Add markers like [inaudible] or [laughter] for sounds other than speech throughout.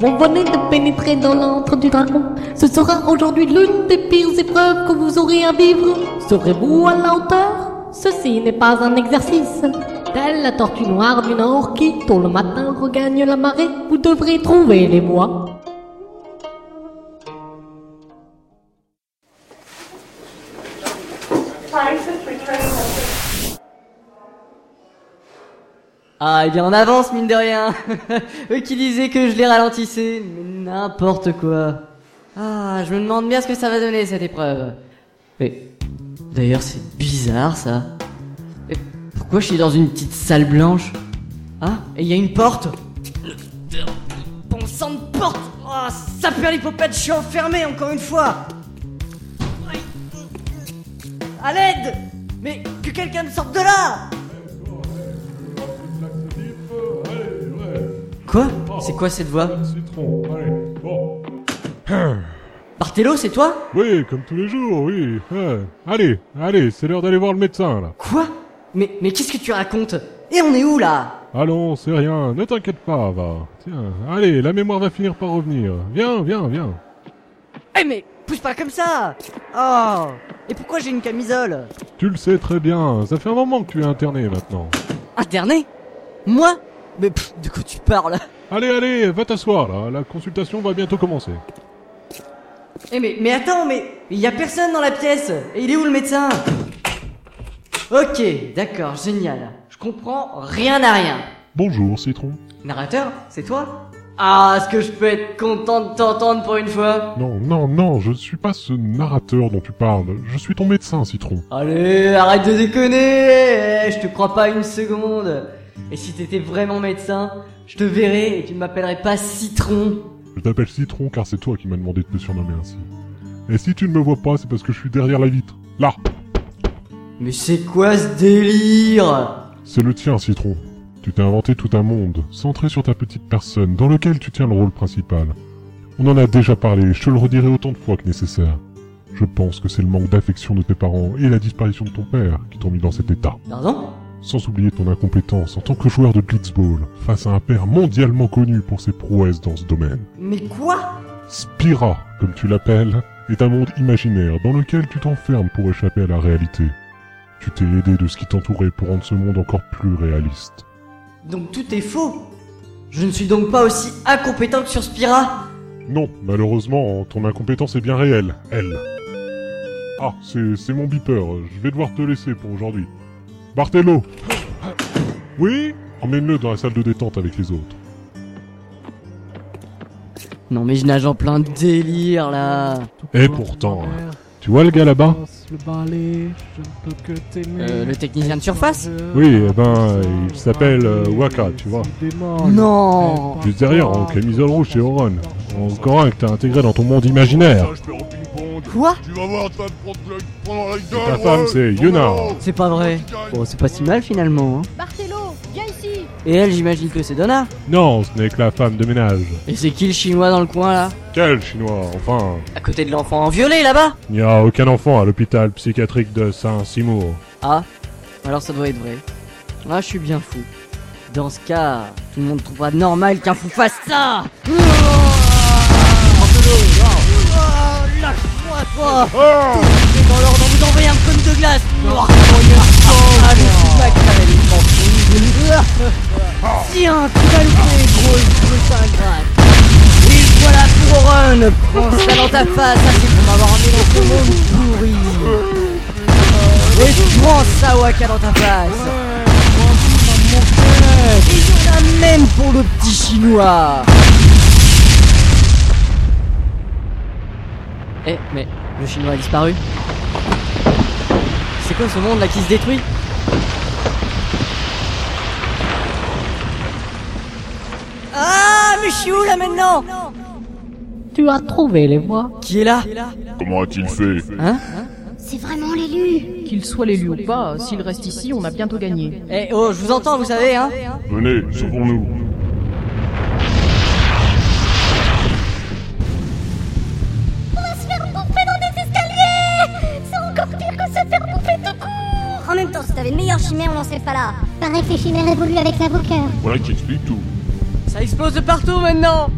Vous venez de pénétrer dans l'antre du dragon. Ce sera aujourd'hui l'une des pires épreuves que vous aurez à vivre. Serez-vous à la hauteur Ceci n'est pas un exercice. Telle la tortue noire du Nord qui, tôt le matin, regagne la marée, vous devrez trouver les voies. Ah, il est en avance, mine de rien. [laughs] Eux qui disaient que je les ralentissais, mais n'importe quoi. Ah, je me demande bien ce que ça va donner, cette épreuve. Mais, d'ailleurs, c'est bizarre, ça. Mais pourquoi je suis dans une petite salle blanche Ah, et il y a une porte Bon sang de porte Ah, ça perd l'hippopète, je suis enfermé, encore une fois Aïe. À l'aide Mais que quelqu'un me sorte de là Quoi C'est quoi cette voix Citron, allez, bon. Bartello, c'est toi Oui, comme tous les jours, oui. ouais. Allez, allez, c'est l'heure d'aller voir le médecin, là. Quoi Mais, mais qu'est-ce que tu racontes Et on est où là Allons, c'est rien, ne t'inquiète pas, va. Tiens, allez, la mémoire va finir par revenir. Viens, viens, viens. Eh mais, pousse pas comme ça Oh Et pourquoi j'ai une camisole Tu le sais très bien, ça fait un moment que tu es interné maintenant. Interné Moi Mais pff, de quoi tu parles Allez, allez, va t'asseoir, là, la consultation va bientôt commencer. Eh mais, mais attends, mais il y a personne dans la pièce Et il est où le médecin Ok, d'accord, génial. Je comprends rien à rien. Bonjour, Citron. Narrateur, c'est toi Ah, est-ce que je peux être content de t'entendre pour une fois Non, non, non, je ne suis pas ce narrateur dont tu parles. Je suis ton médecin, Citron. Allez, arrête de déconner eh, Je te crois pas une seconde Et si t'étais vraiment médecin, je te verrais et tu ne m'appellerais pas Citron Je t'appelle Citron car c'est toi qui m'as demandé de te surnommer ainsi. Et si tu ne me vois pas, c'est parce que je suis derrière la vitre. Là Mais c'est quoi ce délire C'est le tien, Citron. Tu t'es inventé tout un monde, centré sur ta petite personne, dans lequel tu tiens le rôle principal. On en a déjà parlé, je te le redirai autant de fois que nécessaire. Je pense que c'est le manque d'affection de tes parents et la disparition de ton père qui t'ont mis dans cet état. Pardon Sans oublier ton incompétence en tant que joueur de Blitzball, face à un père mondialement connu pour ses prouesses dans ce domaine. Mais quoi Spira, comme tu l'appelles, est un monde imaginaire dans lequel tu t'enfermes pour échapper à la réalité. Tu t'es aidé de ce qui t'entourait pour rendre ce monde encore plus réaliste. Donc tout est faux Je ne suis donc pas aussi incompétent que sur Spira Non, malheureusement, ton incompétence est bien réelle, elle. Ah, c'est c'est mon beeper, je vais devoir te laisser pour aujourd'hui. Bartello Oui Emmène-le dans la salle de détente avec les autres. Non mais je nage en plein délire là Et pourtant, hein. Tu vois le gars là-bas Euh, le technicien de surface Oui, eh ben, il s'appelle, euh, Waka, tu vois. Oh Non Juste derrière, en camisole rouge chez Oron. Encore un que t'as intégré dans ton monde imaginaire. Quoi Tu vas voir, tu vas te prendre le- prendre la ta gueule. femme, ouais. c'est Non, Yuna. non, C'est pas vrai Bon c'est pas si mal finalement hein. Barthelot, viens ici Et elle j'imagine que c'est Donna Non, ce n'est que la femme de ménage. Et c'est qui le chinois dans le coin là Quel chinois, enfin À côté de l'enfant en violet là-bas Il n'y a aucun enfant à l'hôpital psychiatrique de Saint-Simour. Ah, alors ça doit être vrai. Ah, je suis bien fou. Dans ce cas, tout le monde trouvera normal qu'un fou fasse ça Oh Oh, la croix, toi Tout est dans l'ordre, vous envoyez un cône de glace Noir, moyen, Ah, le feedback, ça va être menton. Tiens, tu vas louper, grosse brute ingrate Et voilà pour Oren Prends ça dans ta face, ça c'est pour m'avoir emmené dans ce monde pourri et prends ça Waka dans ta face Et il y en a même pour le petit chinois Eh mais le chinois a disparu C'est quoi ce monde là qui se détruit Ah mais je suis où là maintenant Tu as trouvé les voies. Qui est là Comment a-t-il fait Hein C'est vraiment l'élu Qu'il soit l'élu ou pas, s'il reste ici, on a bientôt gagné. Eh oh je vous entends vous savez hein Venez, sauvons-nous. Bouffer dans des escaliers C'est encore pire que se faire bouffer tout court En même temps, si t'avais une meilleure chimère, on n'en sait pas là Pareil que les chimères évoluent avec la vauqueur Voilà qui explique tout. Ça explose de partout maintenant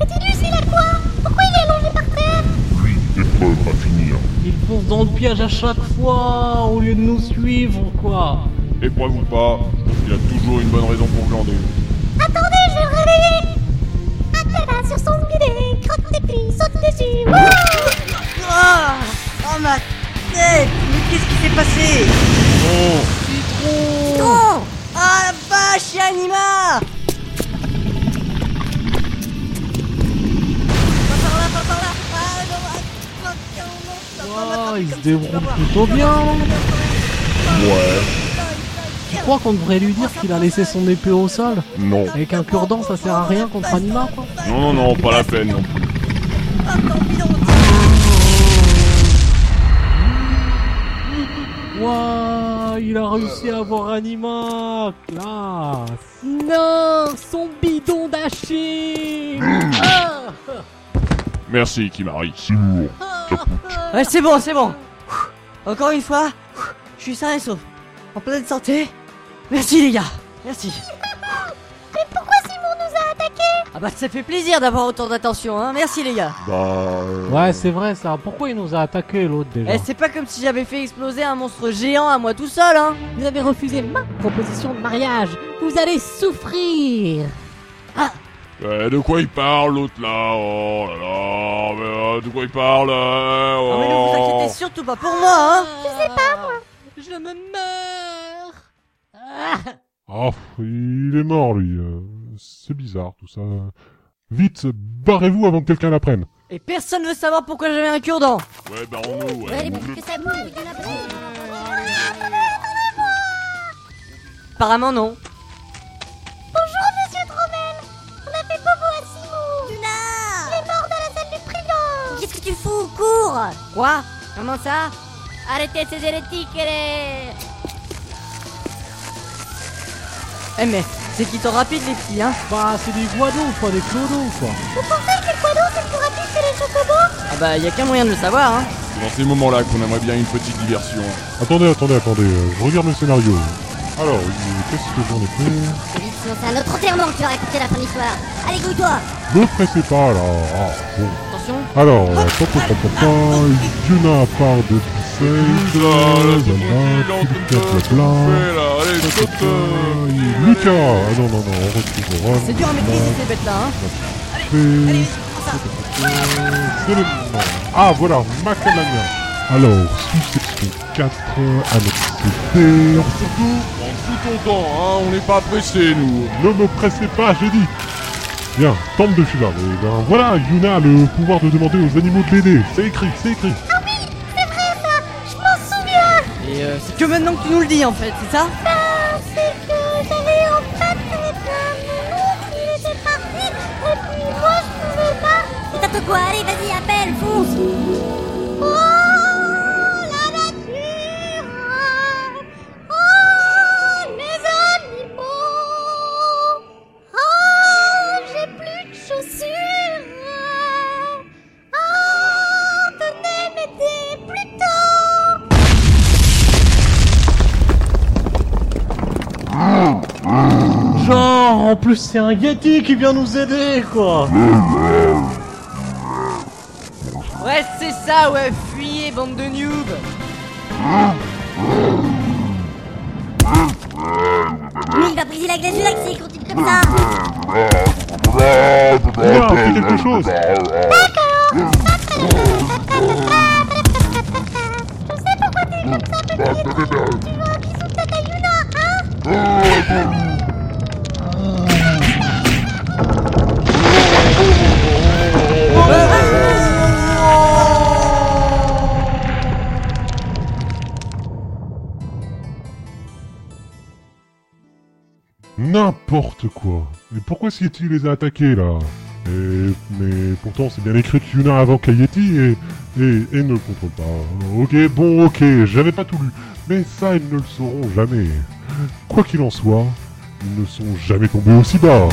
Attilus, il a quoi Pourquoi il est allongé par terre Lui, épreuve à finir. Ils foncent dans le piège à chaque fois, au lieu de nous suivre, quoi. Épreuve ou pas, je trouve qu'il a toujours une bonne raison pour glander. Attendez, je vais le réveiller Attelin sur son bidet, crotte des plis, saute dessus Wouh Ah Oh ma tête Mais qu'est-ce qui s'est passé Oh Ah la vache, y'a Anima Pas par là, pas par là Ah non, ah, putain, non, ça va pas m'attraper comme il Ah, se ça, débrouille tu vas voir. plutôt bien. Ouais, Tu crois qu'on devrait lui dire qu'il a laissé son épée au sol non. Avec un cure-dent, ça sert à rien contre Anima, quoi. Non, non, non, pas la peine non plus. Ah, tant pis, non. Waouh, il a réussi à avoir Anima Classe Non, son bidon d'haché Merci, Kimari. C'est lourd. Ouais, c'est bon, c'est bon. Encore une fois, je suis sain et sauf. En pleine santé. Merci les gars. Merci. Pourquoi Simon nous a attaqués Ah bah ça fait plaisir d'avoir autant d'attention, hein. Merci les gars. Bah. euh, Ouais, c'est vrai ça. Pourquoi il nous a attaqué l'autre déjà Eh, c'est pas comme si j'avais fait exploser un monstre géant à moi tout seul, hein. Vous avez refusé ma proposition de mariage. Vous allez souffrir. ouais, eh, de quoi il parle, l'autre là Oh là là, mais, euh, de quoi il parle euh, Ah, mais ne vous oh. inquiétez surtout pas pour moi, hein. Je sais pas, moi. Je me meurs. Ah, Ah, il est mort, lui. euh, C'est bizarre, tout ça. Vite, barrez-vous avant que quelqu'un l'apprenne. Et personne veut savoir pourquoi j'avais un cure-dent. Ouais, bah on nous, Ouais, ouais. les boules que ça bouge, il y en a plein Ah! Apparemment non. Bonjour, monsieur Trommel On a fait bobo à Simon Luna Il est mort dans la salle du prud'homme Qu'est-ce que tu fous au cours Quoi Comment ça Arrêtez ces hérétiques, les... Eh mais, c'est qui t'en rapide les filles, hein. Bah, c'est des guados, pas des clodos, quoi. Ah bah y a qu'un moyen de le savoir, hein. C'est dans ces moments-là qu'on aimerait bien une petite diversion. Attendez, attendez, attendez. euh, Je regarde le scénario. Alors, euh, qu'est-ce que j'en ai fait C'est vite, sinon c'est un autre enterrement que tu vas raconter la fin de l'histoire Allez, gouille-toi Ne pressez pas, là. Ah, bon. Attention. Alors, euh, pop, pop, pop, pop, pop, il y en a à part de Putain, là, c'est Pixel, trop blablabla, là, allez, saute euh. blablabla, Lucas Ah non, non, non, on retrouve Rome, C'est dur à maîtriser ces bêtes là, hein. Allez, c'est le moment. Ah voilà, Macalania. Alors, sous-section 4, annexe D. Surtout, prends tout ton temps, hein, on n'est pas pressé, nous. Ne me pressez pas, j'ai dit. Bien, tente de suivre. Et ben voilà, Yuna a le pouvoir de demander aux animaux de l'aider. C'est écrit, c'est écrit. Je m'en souviens Et euh, c'est que maintenant que tu nous le dis en fait, c'est ça pas, C'est que j'avais en fait j'avais plein de monde qui était parti Et puis moi, je pouvais pas Et t'attends quoi Allez, vas-y, appelle, fonce Oh, la nature Oh, les animaux Oh, j'ai plus de chaussures Oh, venez m'aider plus tôt Genre, en plus, c'est un Yeti qui vient nous aider, quoi. Ouais, c'est ça, ouais, fuyez, bande de noobs Lui, il va briser la glace du lac s'il continue comme ça. Yuna, fais quelque chose. Je sais pourquoi t'es comme ça, petit. Tu veux un bisou de tata Yuna, hein N'importe quoi. Mais pourquoi Yeti les a attaqués là et, Mais pourtant c'est bien écrit que Yuna avant Kayeti et, et, et ne le contrôle pas. Ok, bon, ok, j'avais pas tout lu. Mais ça, ils ne le sauront jamais. Quoi qu'il en soit, ils ne sont jamais tombés aussi bas.